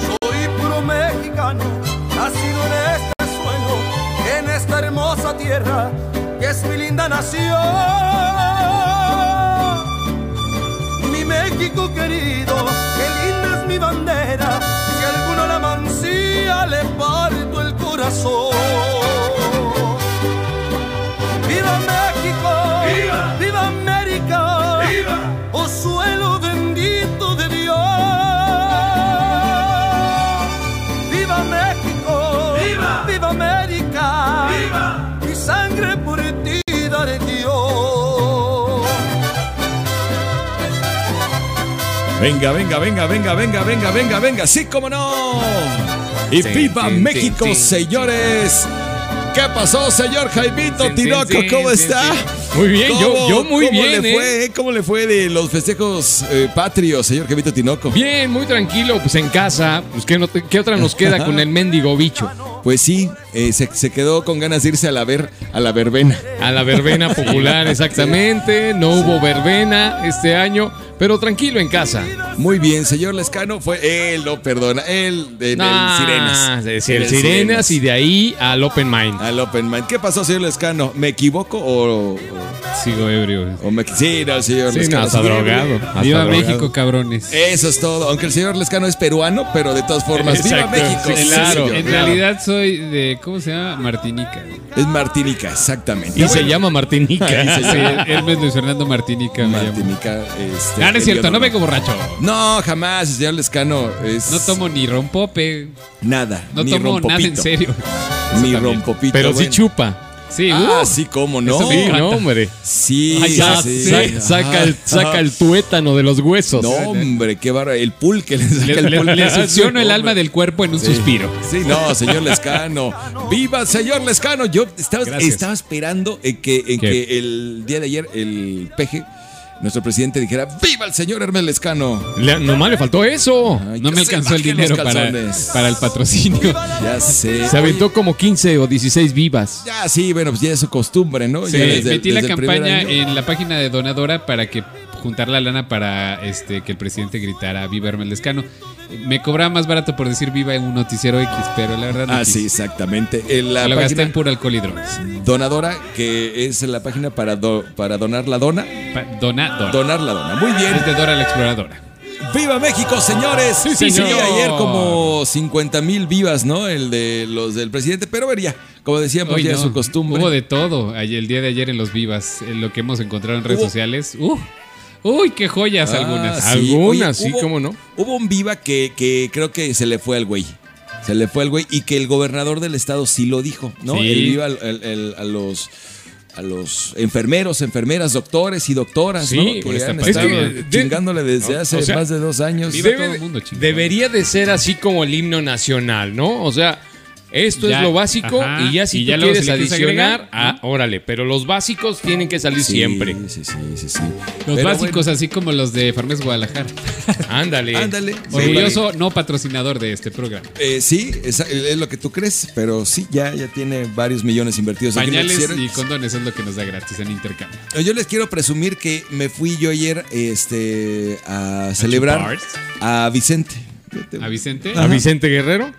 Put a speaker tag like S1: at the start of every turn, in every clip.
S1: Soy puro mexicano, nacido en este suelo, en esta hermosa tierra que es mi linda nación. Mi México querido, qué linda es mi bandera, si alguno la mancía le parto el corazón. ¡Viva México! ¡Viva! ¡Viva América! ¡Viva! ¡Oh suelo bendito de Dios! ¡Viva México! ¡Viva! ¡Viva América! ¡Viva! Mi sangre por ti daré Dios.
S2: Venga, venga, venga, venga, venga, venga, venga, venga, sí, cómo no. Y
S3: Tin,
S2: viva
S3: tin,
S2: México,
S3: tin, tin,
S2: señores. ¿Qué pasó, señor Jaimito
S3: Tin, tin,
S2: Tinoco?
S3: tin,
S2: ¿Cómo
S3: tin,
S2: está?
S3: tin. Muy bien, yo-
S2: ¿Cómo-
S3: yo muy
S2: cómo
S3: bien,
S2: Le
S3: ¿eh?
S2: fue, ¿Cómo le fue de los festejos eh, patrios, señor Jaimito Tinoco?
S3: Bien, muy tranquilo, pues en casa, pues ¿qué, no te- qué otra nos queda con el mendigo bicho?
S2: Pues sí, eh, se, se quedó con ganas de irse a la, ver, a la verbena.
S3: A la verbena popular, exactamente, no hubo verbena este año, pero tranquilo en casa.
S2: Muy bien, señor Lescano, fue él, no perdona, él de,
S3: Ah,
S2: del Sirenas.
S3: es decir, el
S2: Del
S3: Sirenas y de ahí al Open Mind.
S2: Al Open Mind. ¿Qué pasó, señor Lescano? ¿Me equivoco o, o-
S3: Sigo ebrio.
S2: o me... Sí, no, señor
S3: Sí, no,
S2: Lescano.
S3: hasta
S2: sí.
S3: drogado. hasta
S4: Viva
S3: drogado. Eh,
S4: México, cabrones.
S2: Eso es todo. Aunque el señor Lescano es peruano, pero de todas formas,
S3: Exacto,
S2: viva México.
S3: sí,
S2: sí,
S3: claro.
S2: señor.
S4: en realidad soy de, ¿cómo se llama? Martinica.
S2: Es Martinica, exactamente.
S3: Y se llama Martinica.
S2: Ahí se
S4: Sí,
S2: llama.
S4: Hermes Luis Fernando Martinica. me llamo.
S2: Martinica. Este,
S4: Ah, no es cierto,
S2: querido
S4: no
S2: Norman.
S4: vengo borracho.
S2: No, jamás, el señor Lescano es
S4: No tomo ni rompope,
S2: nada,
S4: no
S2: ni
S4: tomo
S2: rompopito,
S4: nada en serio.
S2: ni rompopito.
S3: Pero sí
S2: bueno.
S3: chupa.
S4: Sí,
S2: Ah,
S4: uh,
S2: sí, cómo no.
S4: Eso
S3: Sí,
S4: me
S3: no,
S4: encanta.
S3: hombre.
S2: Sí,
S3: Ay, ya
S2: sí.
S3: sé,
S2: Ajá.
S3: saca, el, saca el tuétano de los huesos.
S2: No, hombre, qué bárbaro. El pulque le saca el
S4: le,
S2: pulque.
S4: le- le succiono el
S2: Hombre.
S4: alma del cuerpo en un
S2: Sí.
S4: suspiro.
S2: Sí, no, señor Lescano. ¡Viva, señor Lescano! Yo estaba,
S3: Gracias.
S2: estaba esperando en que, en
S3: ¿Qué?
S2: que el día de ayer el peje, nuestro presidente, dijera: ¡Viva el señor Hermes Lescano!
S3: Le- nomás le faltó eso.
S2: Ay,
S4: No
S2: ya
S4: me
S2: se
S4: alcanzó el
S2: bajen
S4: dinero
S2: los
S4: para,
S2: calzones.
S4: para el patrocinio.
S2: Ya sé.
S3: Se aventó como 15 o 16 vivas.
S2: Ya, sí, bueno, pues ya es su costumbre, ¿no?
S4: Sí,
S2: Ya desde-
S4: metí la
S2: desde el primer
S4: campaña
S2: año.
S4: en la página de Donadora para que juntar la lana para este que el presidente gritara Viva Hermes Lescano. Me cobraba más barato por decir Viva en un noticiero X, pero la verdad no
S2: Ah,
S4: quise.
S2: sí, exactamente. En la
S4: lo gasté
S2: página
S4: en puro alcohol y drogas.
S2: donadora, que es la página para, do- para donar la dona.
S4: Pa- Dona, Dora.
S2: Donar la dona. Muy bien.
S4: Es de Dora la Exploradora.
S2: ¡Viva México, señores! Sí,
S4: señor.
S2: ayer como 50 mil vivas, ¿no? El de los del presidente, pero vería, como decíamos,
S4: Hoy
S2: ya es
S4: no.
S2: su costumbre.
S4: Hubo de todo. Ayer- el día de ayer en los Vivas, en lo que hemos encontrado en redes
S2: Hubo-
S4: sociales. ¡Uh! uy, qué joyas
S2: Ah,
S4: algunas.
S2: sí.
S3: Algunas,
S2: Oye,
S3: sí, cómo no.
S2: Hubo un viva que, que creo que se le fue al güey. Se le fue al güey y que el gobernador del estado sí lo dijo, ¿no?
S4: Sí.
S2: El viva al- el- el- a los a los enfermeros, enfermeras, doctores y doctoras,
S3: Sí,
S2: ¿no?
S3: con
S2: Que
S3: esta
S2: han
S3: pandemia.
S2: estado
S3: Es que de-
S2: chingándole desde hace
S3: o sea,
S2: más de dos años.
S4: viva todo el mundo, chingón.
S3: debería de ser así como el himno nacional, ¿no? O sea, esto
S4: Ya,
S3: es lo básico
S4: ajá,
S3: y ya si
S4: y
S3: tú
S4: ya luego
S3: quieres
S4: si le quieres
S3: adicionar,
S4: agregar,
S3: ah, órale, pero los básicos tienen que salir
S2: Sí,
S3: siempre.
S2: Sí, sí, sí, sí.
S4: Los
S2: Pero
S4: básicos, así como los de Farmes Guadalajara.
S3: Ándale.
S2: bueno, ándale.
S4: Orgulloso no patrocinador de este programa.
S2: Eh, sí, es, es lo que tú crees, pero sí, ya, ya tiene varios millones invertidos. Aquí les
S4: Pañales
S2: quiero-
S4: y condones es lo que nos da gratis en intercambio.
S2: Yo les quiero presumir que me fui yo ayer este, a celebrar
S4: chupar?
S2: a Vicente.
S4: ¿A Vicente?
S3: ¿A Vicente Guerrero?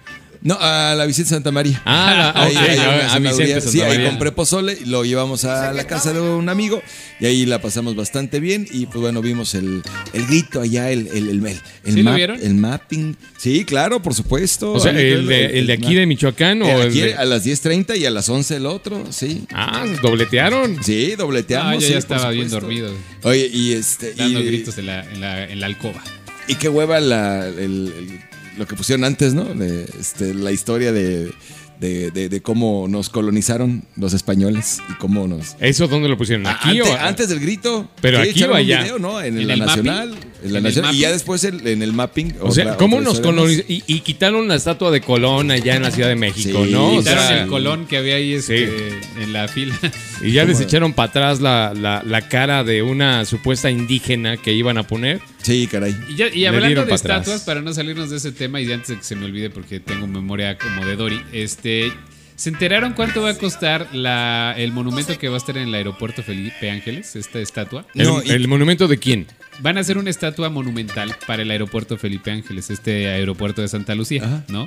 S2: No, a la Vicente Santa María.
S3: Ah, la-
S2: Ahí-
S3: ok,
S2: ahí
S3: a-
S2: en la
S3: a Vicente
S2: senaduría. Sí,
S3: Santa
S2: ahí
S3: María.
S2: compré pozole, y lo llevamos a la casa de un amigo y ahí la pasamos bastante bien y pues bueno, vimos el, el grito allá, el, el, el, el, el
S4: ¿Sí lo vieron?
S2: el mapping. Sí, claro, por supuesto.
S3: O sea,
S2: Ahí
S3: el
S2: todo
S3: de, el de aquí de Michoacán o
S2: Eh,
S3: el
S2: aquí
S3: de-
S2: a las 10.30 y a las 11 el otro, sí.
S3: Ah, dobletearon.
S2: Sí, dobleteamos.
S4: Ah, yo
S2: sí,
S4: ya
S2: por
S4: estaba bien
S2: supuesto.
S4: dormido.
S2: Oye, y este...
S4: Dando
S2: y,
S4: gritos en la, en, la, en la alcoba.
S2: Y qué hueva la, el- el- lo que pusieron antes, ¿no? De, este, la historia de, de- de- de cómo nos colonizaron los españoles y cómo nos...
S3: ¿Eso dónde lo pusieron? ¿Aquí
S2: antes,
S3: o a-
S2: antes del grito.
S3: Pero aquí
S2: echaron
S3: o
S2: un
S3: allá.
S2: video, ¿no? En,
S4: ¿En
S2: la
S4: el
S2: nacional.
S4: mapping?
S2: En la
S4: ¿En el
S2: nacional. Y ya
S4: mapping?
S2: después el- en el mapping.
S3: O sea,
S2: otra-
S3: ¿cómo
S2: otra
S3: nos
S2: historia más.
S3: colonizaron? Y, y quitaron la estatua de Colón allá en la Ciudad de México,
S2: Sí,
S3: ¿no? O
S4: Quitaron
S3: sea,
S4: el colón que había ahí este, en la fila.
S3: y ya les echaron para atrás la, la- la cara de una supuesta indígena que iban a poner.
S2: Sí, caray.
S4: Y, ya- y
S3: Le
S4: hablando
S3: dieron
S4: de
S3: pa' atrás.
S4: estatuas, para no salirnos de ese tema y de antes de que se me olvide porque tengo memoria como de Dory, este, ¿se enteraron cuánto va a costar la, el monumento que va a estar en el aeropuerto Felipe Ángeles, esta estatua?
S3: El,
S2: No, y-
S3: el monumento de quién?
S4: Van a hacer una estatua monumental para el aeropuerto Felipe Ángeles, este aeropuerto de Santa Lucía,
S2: Ajá.
S4: ¿no?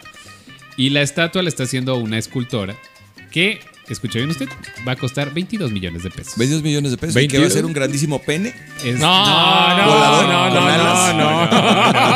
S4: Y la estatua la está haciendo una escultora que, escuché bien usted, va a costar 22 millones de pesos.
S2: 22 millones de pesos. Y que va a
S3: 22.
S2: ser un grandísimo pene.
S4: Es-
S2: Volador, con alas.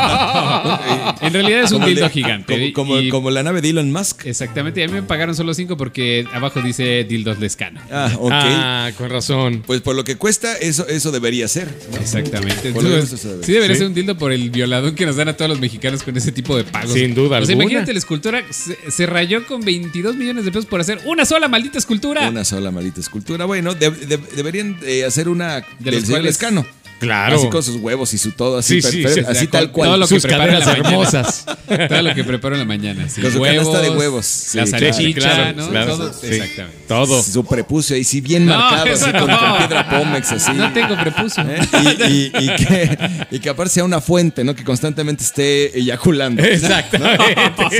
S4: En realidad es
S2: Ah,
S4: un
S2: Como el de-
S4: dildo gigante.
S2: Como, como-
S4: y-
S2: como la nave de Elon Musk.
S4: Exactamente, a mí me pagaron solo 5 porque abajo dice dildos lescano.
S2: Ah, ok.
S3: Ah, con razón.
S2: Pues por lo que cuesta, eso, eso debería ser. ¿no?
S4: Exactamente.
S2: Por lo
S4: Entonces,
S2: menos eso debe
S4: sí debería
S3: Sí.
S4: ser un dildo por el violador que nos dan a todos los mexicanos con ese tipo de pagos.
S3: Sin duda
S4: O sea,
S3: alguna.
S4: imagínate, la escultura se, se rayó con 22 millones de pesos por hacer una sola maldita escultura.
S2: Una sola maldita escultura. Bueno, de- de- deberían eh, hacer una
S4: De
S2: del
S4: los
S2: señor
S4: cuales-
S2: Lescano.
S3: Claro.
S2: Así con sus huevos y su todo, así,
S3: Sí, sí,
S2: perfecto,
S3: sí,
S2: así
S4: con
S2: tal cual.
S4: todo lo que
S3: Sus
S4: prepara en la
S3: caderas
S4: mañana.
S3: hermosas.
S4: Todo lo que preparo en la mañana. sí.
S2: Con su canasta de huevos.
S4: La
S2: Sí,
S4: salchicha,
S3: Sí, claro,
S4: ¿no?
S3: claro,
S4: Todo-
S3: sí.
S4: Exactamente.
S3: Todo.
S2: Su prepucio ahí, sí, bien marcado, así
S4: eso
S2: con,
S4: no.
S2: con piedra pómex, así.
S4: No tengo prepuso.
S2: ¿Eh? Y, y- y que, y que aparte sea una fuente, ¿no? Que constantemente esté eyaculando.
S3: Exactamente.
S2: Sí,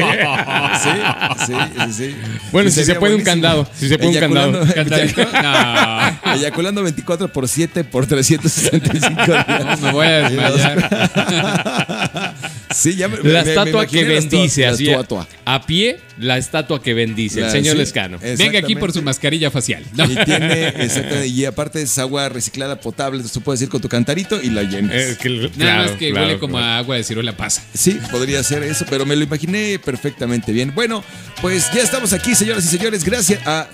S2: sí, sí, sí.
S3: Bueno,
S2: Y
S3: si se
S2: sería
S3: puede
S2: buenísimo.
S3: un candado, si se puede un
S2: Eyaculando-
S4: Cantar-
S2: Eyaculando 24 por 7 por 365 días.
S4: No, me voy a desmayar.
S2: Sí, ya me, me- me
S3: La estatua
S2: imaginé
S3: que
S2: la estatua-
S3: bendice,
S2: la
S3: así.
S2: estatua.
S3: A pie, la estatua que bendice,
S2: La-
S3: el señor
S2: sí,
S3: Lescano.
S4: Venga aquí por su mascarilla facial. No.
S2: Y tiene, exactamente, y aparte es agua reciclada potable, entonces tú puedes ir con tu cantarito y la llenas.
S3: Eh, que-
S4: Nada
S3: claro,
S4: más que
S3: claro,
S4: huele como
S3: claro.
S4: a agua de ciruela pasa.
S2: Sí, podría ser eso, pero me lo imaginé perfectamente bien. Bueno, pues ya estamos aquí, señoras y señores, gracias a...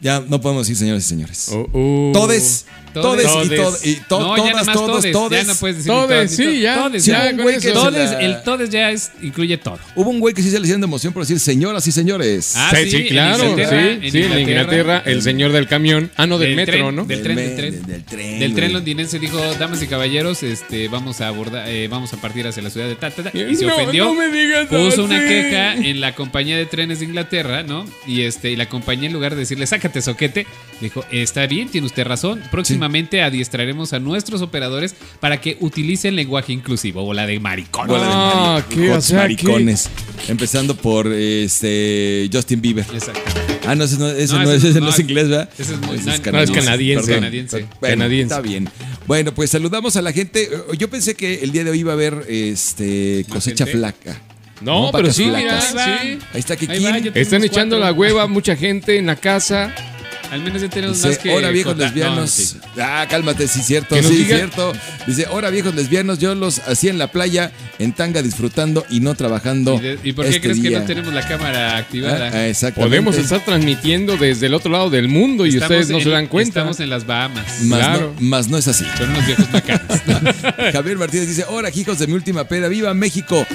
S2: Ya no podemos decir señoras y señores.
S3: Uh, uh.
S2: Todes, todes, y,
S3: Todes.
S2: todes y to-
S4: No, ya nada
S2: todas,
S4: más
S2: todos,
S4: todes,
S2: todes.
S4: Ya no puedes decir
S3: Todes,
S4: ni ni
S3: sí,
S4: todos.
S3: ya,
S4: Todes,
S3: ya,
S4: ya,
S3: con
S2: güey que
S3: eso.
S2: se
S4: Todes,
S2: la-
S4: el todes ya es, incluye todo.
S2: Hubo un güey que sí se le hicieron de emoción por decir señoras y señores.
S4: Ah,
S3: sí,
S4: sí,
S3: sí,
S4: en
S3: claro.
S4: Inglaterra,
S3: sí,
S4: en
S3: sí, en Inglaterra,
S4: Inglaterra,
S3: el señor del camión. Ah, no, del, metro,
S4: tren,
S3: ¿no?
S4: Del tren,
S2: me-
S4: del tren.
S2: Del tren.
S4: Del tren
S2: güey.
S4: londinense dijo, damas y caballeros, este, vamos a abordar, eh, vamos a partir hacia la ciudad de ta, ta, ta", y se
S3: Eh, No,
S4: ofendió.
S3: no me digas así.
S4: puso una queja en la compañía de trenes de Inglaterra, ¿no? Y este, y la compañía en lugar de decirle, sácate soquete, dijo, está bien, tiene usted razón. Próximamente adiestraremos a nuestros operadores para que utilicen lenguaje inclusivo, bola de maricón.
S2: Bola de
S3: Ah,
S2: maric-
S3: ¿qué? O
S2: cots
S3: sea, ¿qué?
S2: maricones. Empezando por este Justin Bieber.
S4: Exactamente.
S2: Ah, no, ese no, ese
S4: No,
S2: no,
S4: ese
S2: ese
S4: no,
S2: no es
S4: ese-
S2: inglés, ¿verdad?
S4: ese es muy-
S2: Ese
S4: no,
S3: no, es canadiense.
S2: perdón.
S4: Canadiense.
S2: Bueno,
S3: Canadiense.
S2: Está bien. Bueno, pues saludamos a la gente. Yo pensé que el día de hoy iba a haber este cosecha
S4: gente?
S2: flaca.
S3: No,
S2: No,
S3: pero
S2: vacas
S3: sí, mira,
S2: flacas.
S3: sí.
S2: Ahí está Kikín.
S4: Ahí va, yo-
S3: Están
S4: Tenemos
S3: echando
S4: cuatro.
S3: la hueva mucha gente en la casa.
S4: Al menos ya tenemos más
S2: Dice,
S4: que.
S2: ahora viejos
S4: Jota".
S2: lesbianos.
S4: No, sí.
S2: Ah, cálmate, sí, cierto,
S3: Que nos
S2: sí,
S3: diga-
S2: cierto. Dice, ahora viejos lesbianos, yo los hacía en la playa, en tanga, disfrutando y no trabajando.
S4: ¿Y, de- y por qué
S2: este
S4: crees que
S2: día.
S4: no tenemos la cámara activada?
S2: Ah, exactamente.
S3: Podemos estar transmitiendo desde el otro lado del mundo y
S4: Estamos
S3: ustedes no
S4: en-
S3: se dan cuenta.
S4: Estamos en las Bahamas.
S2: Más,
S3: Claro.
S2: no, más no es así.
S4: Son unos viejos macanos.
S2: Javier Martínez dice, hola hijos de mi última peda, viva México.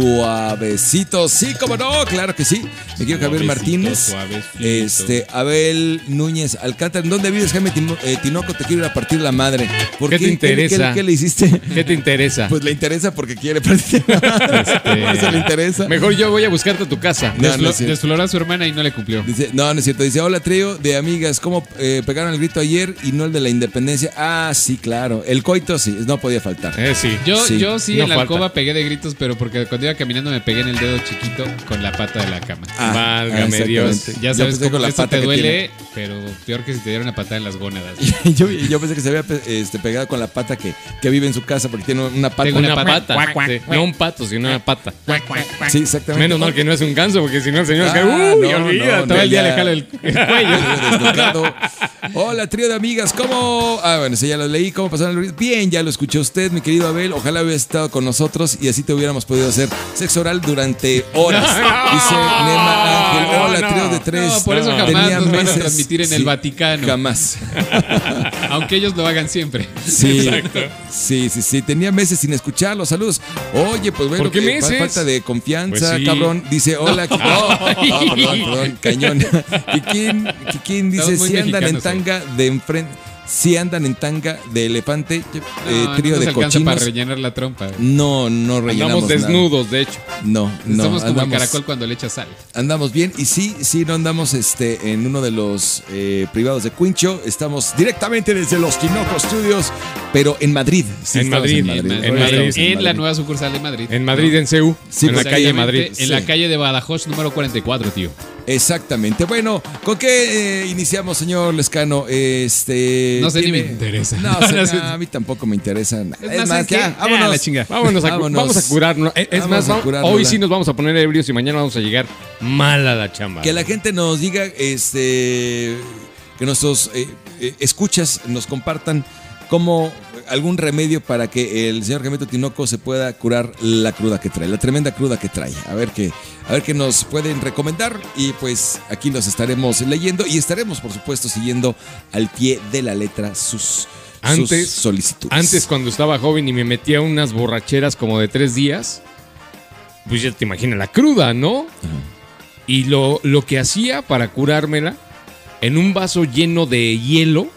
S2: Suavecito, sí, como no, claro que sí. Me quiero Javier
S4: Suavecito,
S2: Martínez.
S4: suavecito.
S2: Este, Abel Núñez Alcántara, ¿dónde vives, Jaime Tino- eh, Tinoco? Te quiero ir a partir la madre. ¿Por
S3: ¿Qué te interesa?
S2: qué- qué le hiciste?
S3: ¿Qué te interesa?
S2: Pues le interesa porque quiere partir.
S3: Este,
S2: Eso le interesa.
S3: Mejor yo voy a buscarte a tu casa.
S2: No,
S4: Desflo-
S2: no es cierto.
S4: Desfloró a su hermana y no le cumplió.
S2: Dice, no, no es cierto. Dice, hola trío de amigas, ¿cómo eh, pegaron el grito ayer y no el de la independencia? Ah, sí, claro. El coito sí, no podía faltar.
S3: Eh, sí.
S4: Yo
S2: Sí,
S4: sí, yo sí
S3: no
S4: en la
S3: falta.
S4: alcoba pegué de gritos, pero porque güey. Cuando iba caminando me pegué en el dedo chiquito con la pata de la cama.
S2: Ah,
S3: Válgame
S2: ah,
S3: Dios.
S2: exactamente.
S4: Ya
S2: Yo
S4: sabes
S2: pensé
S4: cómo
S2: con la
S4: esto
S2: pata
S4: te
S2: que
S4: duele, pero peor que si te dieron una patada en las gónadas.
S2: yo, yo pensé que se había pe- este, pegado con la pata que, que vive en su casa porque tiene una pata.
S4: Tengo
S3: Una
S4: Una
S3: pata.
S4: cuac, cuac,
S3: Sí,
S4: cuac.
S3: No un pato, sino una pata.
S2: Sí, exactamente.
S3: Menos mal que no es un ganso, porque si no el señor es que.
S2: Ah,
S3: ¡Uy!
S2: no,
S3: olvida,
S2: no,
S3: todo
S2: no,
S3: el día
S2: ya.
S3: le jala el, el cuello.
S2: Desnucado. Hola, trío de amigas, ¿cómo? Ah, bueno, sí, ya lo leí, ¿cómo pasaron el ruido? Bien, ya lo escuchó usted, mi querido Abel. Ojalá hubiera estado con nosotros y así te hubiéramos podido hacer sexo oral durante horas. Dice Nema Ángel.
S3: No,
S2: Hola,
S3: no.
S2: trío de tres.
S4: No, por eso jamás
S2: Tenía
S4: nos van a
S2: meses.
S4: transmitir en el Vaticano.
S2: Jamás.
S4: Aunque ellos lo hagan siempre.
S2: Sí, sí, sí, sí. Tenía meses sin escucharlos. Saludos. Oye, pues bueno,
S3: ¿Por qué
S2: que fa-
S3: meses?
S2: falta de confianza,
S3: Pues sí.
S2: cabrón. Dice, hola. Ki- Oh, oh, perdón, perdón, cañón. Kikín, Kikín dice,
S4: Estamos muy
S2: si andan en
S4: mexicanos,
S2: tanga de enfrente, si andan en tanga de elefante, eh,
S4: No, no
S2: trío
S4: nos
S2: de
S4: alcanza para
S2: cochinos.
S4: rellenar la trompa. güey.
S2: No, no rellenamos
S3: Andamos
S2: nada.
S3: desnudos, de hecho.
S2: No, no.
S4: Somos como el
S2: andamos-
S4: caracol cuando le echas sal.
S2: Andamos bien y sí, sí, no andamos este, en uno de los eh, privados de Quincho. Estamos directamente desde los Tinoco Studios, pero en Madrid. Sí,
S3: En
S2: estamos
S3: Madrid,
S4: En,
S3: En
S2: Hoy
S4: Madrid.
S3: Madrid.
S2: estamos
S4: En la
S2: Madrid.
S4: nueva sucursal de Madrid.
S3: En Madrid, en CEU.
S2: Sí,
S3: en la
S2: pues,
S3: calle de
S4: Exactamente,
S3: Madrid.
S2: sí.
S4: En la calle de Badajoz número 44, tío.
S2: Exactamente. Bueno, ¿con qué eh, iniciamos, señor Lescano? Este,
S4: No sé, ni
S2: tiene-
S4: me interesa.
S2: No,
S4: No,
S2: sé,
S4: no sé.
S2: a mí tampoco me interesa. nada. Es,
S4: Es más,
S2: más,
S4: ¿sabes qué?
S2: ya,
S4: Ya,
S2: Ah, vámonos.
S4: Ah, la chingada.
S3: Vámonos a,
S2: Vámonos.
S3: vamos a curarnos. Es, es
S2: Vamos
S3: más,
S2: a
S3: vamos-
S2: curarnos,
S3: hoy
S2: la-
S3: sí nos vamos a poner ebrios y mañana vamos a llegar mal a la chamba.
S2: Que la gente nos diga, este, que nuestros eh, eh, escuchas nos compartan como algún remedio para que el señor Gemeto Tinoco se pueda curar la cruda que trae, la tremenda cruda que trae. A ver qué, a ver qué nos pueden recomendar y pues aquí los estaremos leyendo y estaremos por supuesto siguiendo al pie de la letra sus,
S3: Antes-
S2: sus solicitudes.
S3: Antes, cuando estaba joven y me metía unas borracheras como de tres días, pues ya te imaginas la cruda, ¿no? Y lo, lo que hacía para curármela, en un vaso lleno de hielo,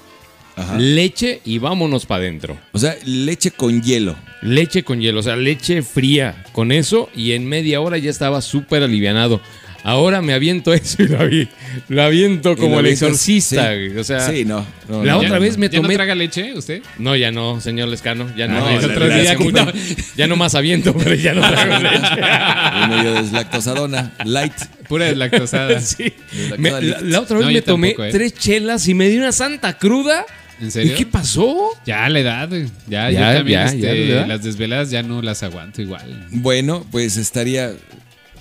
S2: Ajá.
S3: leche y vámonos para adentro.
S2: o sea, leche con hielo.
S3: Leche con hielo, o sea, leche fría con eso y en media hora ya estaba súper alivianado. Ahora me aviento eso y lo, avi- lo aviento
S2: Y
S3: como
S2: lo
S3: el
S2: avientas-
S3: exorcista.
S2: sí.
S3: güey, O sea,
S2: Sí, no, no,
S3: Ah. la
S2: no,
S3: otra
S2: no,
S3: vez
S2: no.
S3: me
S4: ¿Ya no
S3: tomé-
S4: traga leche usted?
S3: No, ya no, señor Lescano. Ya no.
S2: No,
S3: el
S2: la-
S3: otro
S2: la-
S3: día
S2: la-
S3: que no- ya no más aviento, pero ya no traigo leche.
S2: Y medio deslactosadona, light.
S4: Pura deslactosada.
S3: Sí. Me- la, la otra vez
S4: No,
S3: me
S4: yo
S3: tomé
S4: tampoco, ¿eh?
S3: tres chelas y me di una santa cruda.
S4: ¿En serio?
S3: ¿Y qué pasó?
S4: Ya la edad, güey. ya,
S3: Ya,
S4: yo también
S3: ya,
S4: este,
S3: ya, ¿verdad?
S4: las desveladas ya no las aguanto igual.
S2: Bueno, pues estaría.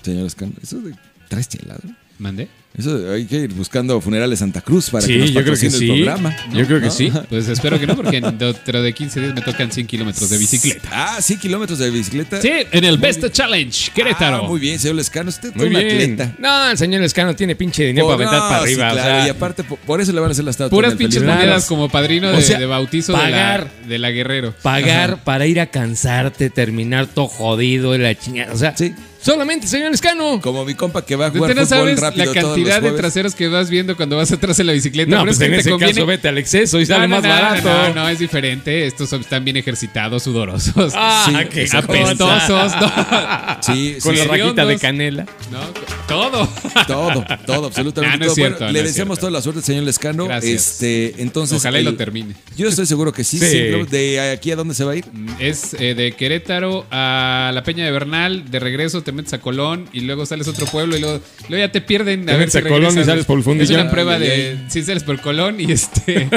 S2: Señor Escano, eso de tres chelas, ¿no?
S4: ¿Mandé?
S2: Eso de- hay que ir buscando funerales Santa Cruz para que nos patrocine el programa.
S3: Yo creo que
S2: ¿No?
S3: sí.
S4: Pues espero que no, porque dentro de 15 días me tocan 100 kilómetros de bicicleta.
S2: Ah, sí, kilómetros de bicicleta.
S4: Sí, en el Best Challenge, Querétaro.
S2: Ah, muy bien, señor Lescano. Usted es
S3: Muy
S2: un
S3: bien.
S2: atleta.
S3: No, el señor Lescano tiene pinche dinero
S2: Por-
S3: para aventar
S2: no,
S3: para
S2: sí,
S3: arriba. o
S2: claro,
S3: sea,
S2: y aparte, po- por eso le van a hacer las tatuas.
S4: Puras pinches
S3: Claro.
S4: monedas como padrino
S3: O
S4: de,
S3: sea,
S4: de bautizo de la,
S3: pagar.
S4: de la Guerrero.
S3: pagar para ir a cansarte, terminar todo jodido y la chingada. O sea,
S2: Sí.
S3: solamente, señor Lescano.
S2: Como mi compa que va a jugar
S4: Usted no
S2: fútbol
S4: sabes la
S2: rápido todos los
S4: cantidad de
S2: jueves.
S4: traseros que vas viendo cuando vas atrás en la bicicleta.
S3: No,
S4: Pero es
S3: pues en
S4: que te
S3: ese
S4: conviene-
S3: caso vete al exceso y
S4: No,
S3: sale
S4: no,
S3: más
S4: no,
S3: barato.
S4: No, no, es diferente. Estos son- están bien ejercitados, sudorosos.
S3: Ah,
S2: Sí,
S3: qué
S2: esa
S4: apestosos. Ah,
S2: Sí, sí,
S3: Con la
S2: sí,
S3: rajita de
S4: hediondos.
S3: canela.
S4: No, no, todo.
S2: todo, todo, absolutamente
S4: Ah, no es
S2: todo. Bueno,
S4: cierto, no
S2: le
S4: es
S2: deseamos
S4: cierto.
S2: toda la suerte, señor Lescano.
S4: Gracias.
S2: Este,
S3: Pues
S2: entonces,
S4: Ojalá y
S2: el-
S4: lo termine.
S2: Yo estoy seguro que sí.
S3: Sí.
S2: sí, creo- ¿De aquí a dónde se va a ir?
S4: Es eh, de Querétaro a la Peña de Bernal, de regreso te metes a Colón y luego sales a otro pueblo y luego, luego ya te pierden.
S3: Te metes a Colón y
S4: regresas.
S3: sales por el
S4: Es
S3: Fundillón.
S4: una prueba
S2: Ay, ay,
S4: de si sales por Colón y este.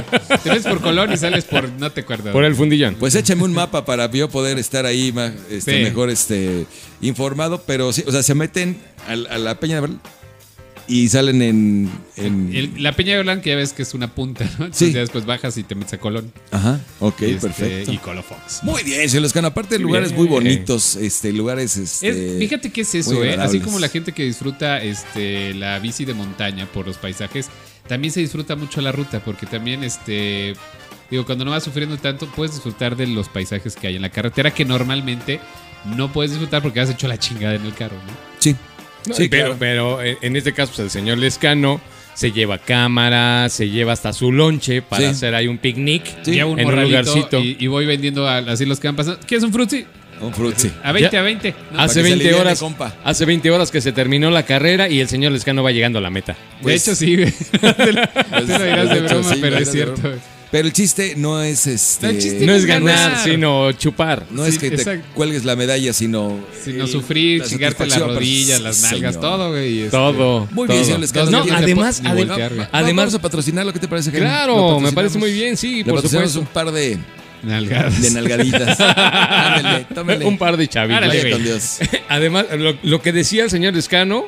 S4: te metes por Colón y sales por. No te acuerdo.
S3: Por el fundillón.
S2: Pues échame un mapa para yo poder estar ahí ma- este,
S4: Sí.
S2: mejor este, informado, pero sí, o sea, se meten al- a, la Peña de Bernal y salen en... en-
S4: El- la Peña de Bernal, que ya ves que es una punta, ¿no? Entonces
S2: Sí.
S4: ya después bajas y te metes a Colón.
S2: Ajá, ok,
S4: Y, este,
S2: perfecto.
S4: Y Colo Fox.
S2: Muy bien, se los gana. Aparte,
S3: Muy
S2: lugares
S3: bien.
S2: muy bonitos, este, lugares...
S4: Es-
S2: Este,
S4: fíjate que es
S2: muy
S4: eso, ¿eh? Así
S2: agradables.
S4: como la gente que disfruta este, la bici de montaña por los paisajes, también se disfruta mucho la ruta, porque también, este, digo, cuando no vas sufriendo tanto, puedes disfrutar de los paisajes que hay en la carretera, que normalmente no puedes disfrutar porque has hecho la chingada en el carro, ¿no?
S2: Sí,
S3: No,
S2: sí, claro.
S3: pero, pero en- en este caso, pues, el señor Lescano se lleva cámara, se lleva hasta su lonche para
S2: Sí.
S3: hacer ahí un picnic.
S2: Sí.
S4: Llevo un
S3: En un
S4: morralito
S3: lugarcito.
S4: y, y voy vendiendo a- así los que van pasando. ¿Quieres un frutti?
S2: un frutzi.
S4: A 20,
S3: Ya.
S4: a 20. ¿no?
S2: Ah,
S3: hace,
S2: que se
S3: 20
S2: aliviane,
S3: horas,
S2: compa.
S3: hace 20 horas que se terminó la carrera y el señor Lescano va llegando a la meta.
S4: de
S2: pues,
S4: hecho, sí, güey. Tú lo dirás
S2: de
S4: de
S2: hecho,
S4: broma,
S2: sí,
S4: pero
S2: lo dirás
S4: es
S2: de
S4: cierto.
S2: broma.
S4: güey.
S2: Pero el chiste no es este.
S4: No, el chiste
S3: No es
S4: ganar.
S3: ganar, sino chupar.
S2: no es
S4: sí,
S2: que te
S4: exacto.
S2: cuelgues la medalla, sino.
S4: Sino
S2: eh,
S4: sufrir,
S2: la
S4: chingarte las
S2: satisfacción,
S4: rodillas,
S2: pero-
S4: las nalgas,
S2: señor.
S4: todo, güey. este,
S3: Todo.
S2: Muy bien,
S3: todo.
S2: señor Lescano.
S3: No,
S2: Ni te-
S3: además,
S4: ni
S3: adem-
S4: voltear, güey.
S2: Además,
S3: además,
S2: vamos a patrocinarlo, ¿qué te parece, Jaime?
S3: claro,
S2: ¿Lo
S3: me parece
S2: patrocinamos?
S3: muy bien, sí,
S2: Le
S3: por
S2: patrocinamos
S3: supuesto.
S2: un par de,
S4: este, Nalgadas.
S2: de nalgaditas. Ándale, tómele.
S3: Un par de chavitos.
S4: Árale,
S2: Vaya
S4: güey.
S2: con Dios.
S3: Además, lo, lo que decía el señor Escano,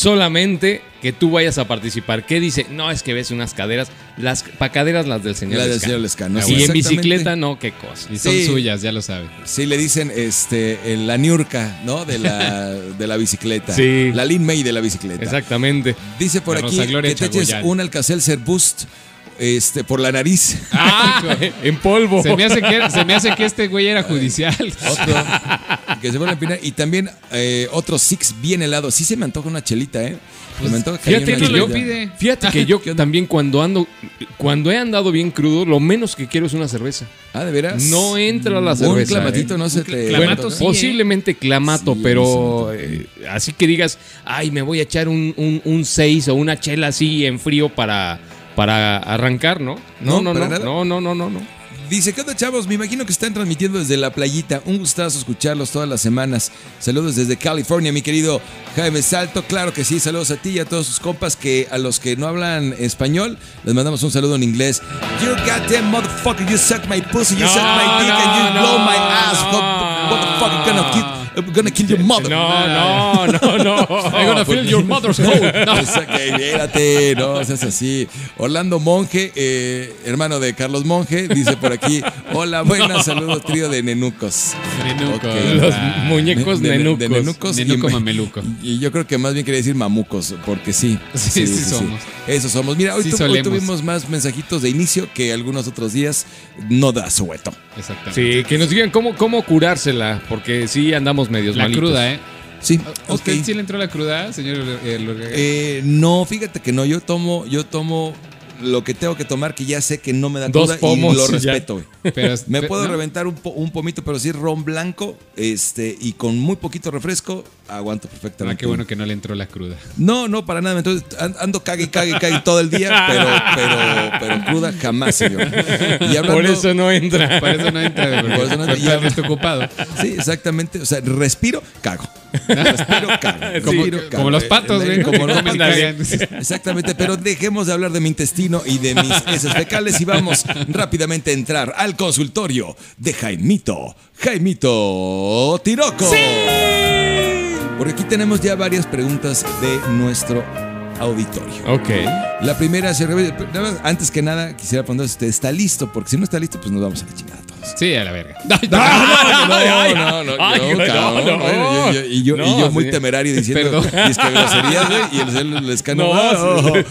S3: solamente que tú vayas a participar. ¿Qué dice? No, es que ves unas caderas, las pa' caderas las del señor
S2: La del
S3: Lescano.
S2: señor Lescano.
S3: Y
S2: sí,
S3: en
S2: exactamente.
S3: bicicleta, no, qué cosa.
S4: Y son
S2: Sí.
S4: suyas, ya lo saben.
S2: Sí, le dicen este, el- la niurca, ¿no? De la, de la bicicleta.
S3: Sí.
S2: La Lin May de la bicicleta.
S3: Exactamente.
S2: Dice por
S4: La
S2: aquí
S4: Rosa Gloria
S2: que te eches
S4: Chagoyán.
S2: un Alcacelser Boost este, por la nariz.
S3: Ah, en polvo.
S4: Se me hace que, se me hace que este güey era judicial.
S2: Otro que se vuelve a empinar. Y también eh, otro Six bien helado. Sí se me antoja una chelita, ¿eh? se me antoja que
S3: Pues, fíjate
S2: haya
S3: que
S2: una
S3: yo-
S2: chelita.
S4: pide.
S3: Fíjate que yo también cuando ando, cuando he andado bien crudo, lo menos que quiero es una cerveza.
S2: Ah, ¿de veras?
S3: No entra la
S2: Un
S3: cerveza.
S2: clamatito
S3: ¿eh?
S2: no se
S4: Un
S2: te...
S4: clamato
S2: antoja?
S4: sí. ¿eh?
S3: Posiblemente clamato,
S2: Sí,
S3: pero eh, así que digas, ay, me voy a echar un 6 un, seis o una chela así en frío para, para arrancar, ¿no? No,
S2: No,
S3: no, no,
S2: para nada.
S3: no, no, no, no, no.
S2: Dice, ¿qué onda, chavos? Me imagino que están transmitiendo desde la playita. Un gustazo escucharlos todas las semanas. Saludos desde California, mi querido Jaime Salto. Claro que sí, saludos a ti y a todos sus compas que a los que no hablan español, les mandamos un saludo en inglés. You goddamn motherfucker, you suck my pussy, you
S3: No,
S2: suck my dick and you
S3: no,
S2: blow my
S3: no,
S2: ass.
S3: no.
S2: What the- what the fuck, I'm gonna kill, I'm gonna kill your
S3: No,
S2: mother.
S3: no, no, no. Pues I'm gonna fill your mother's hole. No.
S2: Esa que, espérate, no seas así. Orlando Monje, eh, hermano de Carlos Monje, dice por aquí: Hola, buenas, saludos, trío de nenucos.
S4: Nenuco.
S2: Ok.
S3: Los
S4: Ah,
S3: muñecos
S2: De- de-
S3: nenucos.
S2: de nenucos y
S4: Nenuco
S2: me-
S4: mameluco.
S2: Y yo creo que más bien quería decir mamucos, porque sí.
S4: Sí, sí somos.
S2: Eso somos. Mira, hoy,
S4: Sí
S2: tu- hoy
S4: solemos.
S2: tuvimos más mensajitos de inicio que algunos otros días. No da sueto.
S4: Exactamente.
S3: Sí, que nos digan cómo, cómo curársela, porque sí andamos medios
S4: La
S3: malitos.
S4: cruda, ¿eh?
S2: Sí,
S4: ¿A ¿Usted
S2: ok.
S4: sí le entró la cruda, señor? eh, Lorga?
S2: Eh, no, fíjate que no. Yo tomo, yo tomo lo que tengo que tomar, que ya sé que no me da
S3: Dos
S2: cruda
S3: pomos
S2: y lo
S3: y ya.
S2: respeto, güey.
S4: Pero-
S2: Me
S4: pero-
S2: puedo
S4: ¿no?
S2: reventar un, po- un pomito, pero sí ron blanco, este, y con muy poquito refresco, aguanto
S4: Ah,
S2: perfectamente.
S4: qué bueno que no le entró la cruda.
S2: No, no, para nada. Entonces an- ando cague, cague, cague todo el día, pero, pero, pero cruda jamás, señor. Y hablando-
S3: Por eso no entra.
S4: Por eso no entra, porque
S2: Por eso no entra.
S4: porque
S2: Ya-
S4: está ocupado.
S2: Sí, exactamente. O sea, respiro, cago. Respiro, cago.
S4: Como,
S2: Respiro, cago.
S4: como los patos,
S2: Eh,
S4: güey.
S2: Como los
S4: Comen y
S2: patos.
S4: cagan.
S2: Exactamente, pero dejemos de hablar de mi intestino y de mis heces fecales y vamos rápidamente a entrar al consultorio de Jaimito, Jaimito Tiroco. Porque aquí tenemos ya varias preguntas de nuestro auditorio.
S3: Ok.
S2: La primera, se revela- nada más, antes que nada, quisiera preguntar si usted está listo, porque si no está listo, pues nos vamos a la chingada todos.
S4: Sí, a la verga.
S3: Ah, Ay,
S2: No, no, no,
S3: ay,
S2: yo,
S3: no,
S2: cabrón,
S3: no.
S2: bueno, yo- yo- Y yo, y
S3: No,
S2: yo muy
S3: señor.
S2: temerario diciendo
S4: Perdón.
S2: es que groserías, güey, y el cel les cano.
S3: No, sí.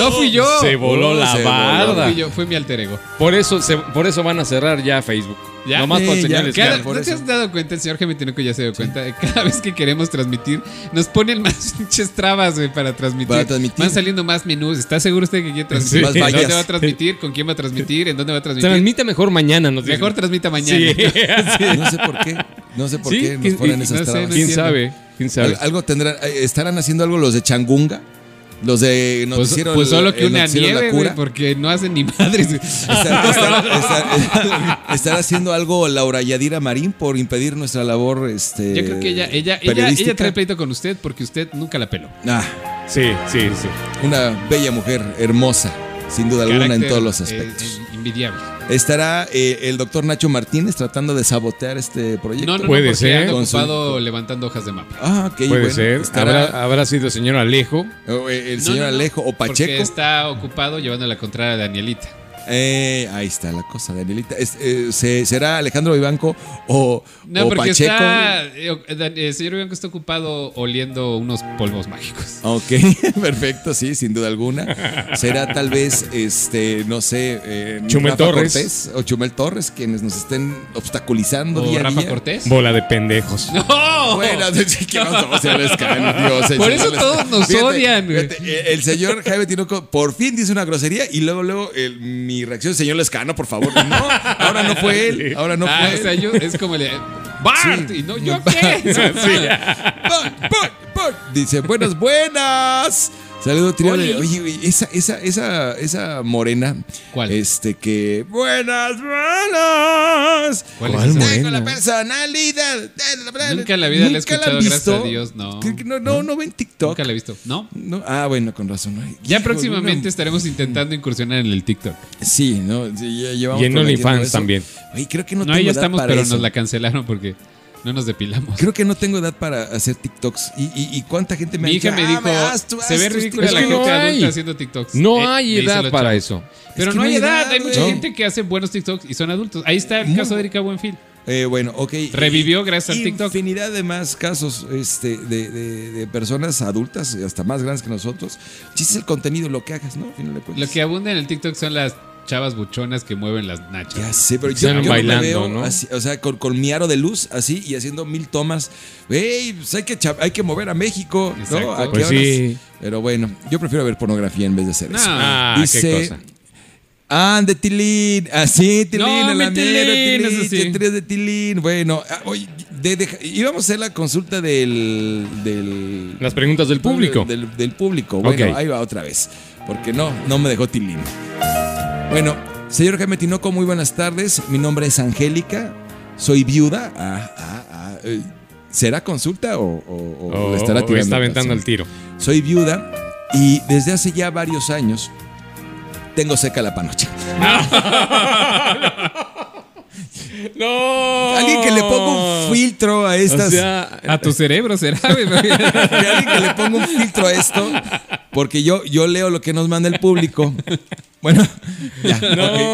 S4: No fui yo.
S3: Se voló
S2: Oh,
S3: la
S2: se voló.
S3: barda.
S4: Fui yo, fue mi alter ego.
S3: Por eso, se- por eso van a cerrar ya Facebook.
S4: Ya.
S3: Nomás por
S2: Sí, ya.
S3: señales.
S2: Claro.
S4: Cada-
S2: por
S4: ¿No te
S2: eso.
S4: has dado cuenta? El señor Gemetinoco ya se dio cuenta. de Cada vez que queremos transmitir, nos ponen más pinches trabas, güey, para transmitir.
S2: Para transmitir.
S4: Van saliendo más menús. ¿Está seguro usted que quiere transmitir?
S2: Más
S4: ¿En
S2: vallas.
S4: ¿Dónde va a transmitir? ¿Con quién va a transmitir? ¿En dónde va a transmitir?
S3: Transmite mejor mañana, nos dicen.
S4: Mejor transmita mañana. Pues,
S3: Sí.
S2: No sé por qué, no sé por
S3: Sí,
S2: qué nos
S3: ¿quién-
S2: ponen
S3: y-
S2: esas
S4: no sé,
S2: trabas.
S4: no
S3: ¿Quién
S4: entiendo.
S3: sabe? ¿Quién sabe?
S2: Al- Algo tendrán, eh, estarán haciendo algo los de Changunga, los de nos
S4: Pues,
S2: hicieron
S4: pues solo que
S2: eh, nos
S4: una
S2: hicieron la
S4: nieve,
S2: cura.
S4: güey, porque no hacen ni madres. güey.
S2: Estar, estar- estar- estar haciendo algo Laura Yadira Marín por impedir nuestra labor este
S4: Yo creo que ella, ella, ella,
S2: periodística.
S4: ella trae pleito con usted porque usted nunca la peló.
S2: Ah,
S3: Sí, sí, sí.
S2: una bella mujer, hermosa, sin duda alguna en
S4: Carácter,
S2: todos los
S4: eh,
S2: aspectos.
S4: envidiable.
S2: Estará eh, el doctor Nacho Martínez tratando de sabotear este proyecto.
S4: No, no,
S3: Puede
S4: no, porque
S3: ser.
S4: anda
S2: Con su-
S4: ocupado levantando hojas de mapa.
S2: Ah, ok,
S3: Puede
S2: bueno,
S3: ser.
S2: estará-
S3: Habrá, habrá sido el señor Alejo.
S2: o, eh, el
S4: No,
S2: señor
S4: no, no,
S2: Alejo o
S4: Porque
S2: Pacheco.
S4: está ocupado llevando la contraria a Danielita.
S2: Eh, ahí está la cosa, Danielita. Es- eh, se- ¿Será Alejandro Vivanco o,
S4: No,
S2: o
S4: porque
S2: Pacheco?
S4: está. eh, eh, Dan- eh, señor Bianco está ocupado oliendo unos polvos mágicos.
S2: Ok, perfecto, sí, sin duda alguna. Será tal vez, este, no sé, eh,
S3: Chumel Torres.
S2: Cortés o Chumel Torres quienes nos estén obstaculizando
S4: ¿O
S2: día a
S4: Rafa
S2: día.
S4: Cortés?
S3: Bola de pendejos.
S4: ¡No!
S2: Bueno, ¿qué vamos a hacer? Es que, ay, Dios, el
S4: Por
S2: señor
S4: eso
S2: les-
S4: todos nos odian, güey.
S2: fíjate, eh, el señor Jaime Tinoco por fin dice una grosería y luego, luego, el- mi reacción, señor Lescano, por favor. No, ahora no fue él, ahora no
S4: Ah,
S2: fue
S4: o sea,
S2: él.
S4: yo- es como el. ¡Bart! Y no, ¿yo qué?
S2: Pon, pon, pon. Dice, buenas, buenas. Saludo triole.
S4: Oli.
S2: Oye, güey, esa, esa, esa, esa morena.
S4: ¿Cuál?
S2: Este que. Buenas, buenas.
S4: ¿Cuál es
S2: Tengo
S4: esa?
S2: la personalidad. de la-
S4: Nunca en la vida la he
S2: ¿Nunca
S4: escuchado,
S2: han
S4: gracias a
S2: visto?
S4: Dios, no.
S2: Creo que No, no, no ven TikTok.
S4: Nunca la he visto. ¿No?
S2: No, ah, bueno, con razón. Ay,
S4: Ya
S2: hijo,
S4: próximamente
S2: no.
S4: estaremos intentando incursionar en el TikTok.
S2: Sí, ¿no? Sí, ya llevamos
S3: Y en
S2: prometiendo
S3: OnlyFans
S2: eso.
S3: también.
S2: Oye, creo que no,
S4: No,
S2: tengo
S4: ahí ya
S2: edad
S4: estamos,
S2: para
S4: pero
S2: eso.
S4: nos la cancelaron porque no nos depilamos.
S2: Creo que no tengo edad para hacer TikToks. ¿Y, y, y cuánta gente me
S4: Mi
S2: ha
S4: hija
S2: dicho?
S4: me
S2: "Ah,
S4: dijo,
S2: haz tú-
S4: se
S2: haz
S4: ve
S2: tus
S4: ridícula la
S3: TikToks".
S4: gente
S3: Es que no hay.
S4: adulta haciendo Tiktoks.
S3: No
S4: Eh,
S3: hay
S4: me dicen
S3: edad
S4: los
S3: para
S4: chavos.
S3: eso.
S4: Pero
S2: Es que
S4: no hay edad, hay
S2: güey.
S4: mucha
S2: No.
S4: gente que hace buenos TikToks y son adultos. Ahí está el caso de Erika Buenfil.
S2: Eh, bueno, ok.
S4: Revivió gracias al
S2: Infinidad
S4: TikTok.
S2: Infinidad de más casos este, de, de- de personas adultas, hasta más grandes que nosotros. Chiste el contenido, lo que hagas, ¿no? Al final de cuentas.
S4: Lo que abunda en el TikTok son las chavas buchonas que mueven las nachas.
S2: Ya sé, pero yo,
S3: Están
S2: yo no me
S3: bailando,
S2: veo
S3: ¿no?
S2: así, o sea, con, con mi aro de luz así y haciendo mil tomas. Ey, pues hay que, cha- hay que mover a México,
S4: Exacto.
S2: ¿no? ¿A qué
S3: Pues
S2: horas?
S3: sí.
S2: Pero bueno, yo prefiero ver pornografía en vez de hacer
S4: No.
S2: eso.
S3: Ah, qué cosa.
S2: Ande, Tilín. Así, Tilín,
S4: No,
S2: a la
S4: mi
S2: mera,
S4: Tilín,
S2: Tilín,
S4: eso sí.
S2: chenterías de Tilín. Bueno, ah, oye, de- deja- íbamos a hacer la consulta del. del
S3: Las preguntas del público.
S2: Del, del público. Bueno,
S3: Ok.
S2: ahí va otra vez. Porque no, no me dejó Tilín. Bueno, señor Jaime Tinoco, muy buenas tardes. Mi nombre es Angélica. Soy viuda. Ah, ah, ah, eh, ¿Será consulta o, o- o
S3: O-
S2: le estará
S3: o
S2: tirando?
S3: Oh, está aventando
S2: al
S3: el tiro.
S2: soy viuda y desde hace ya varios años tengo seca la panocha.
S3: ¡No!
S2: Alguien que le ponga un filtro a estas.
S3: Oh. O sea,
S4: A tu cerebro será. güey?
S2: alguien que le ponga un filtro a esto. Porque yo, yo leo lo que nos manda el público. Bueno, ya.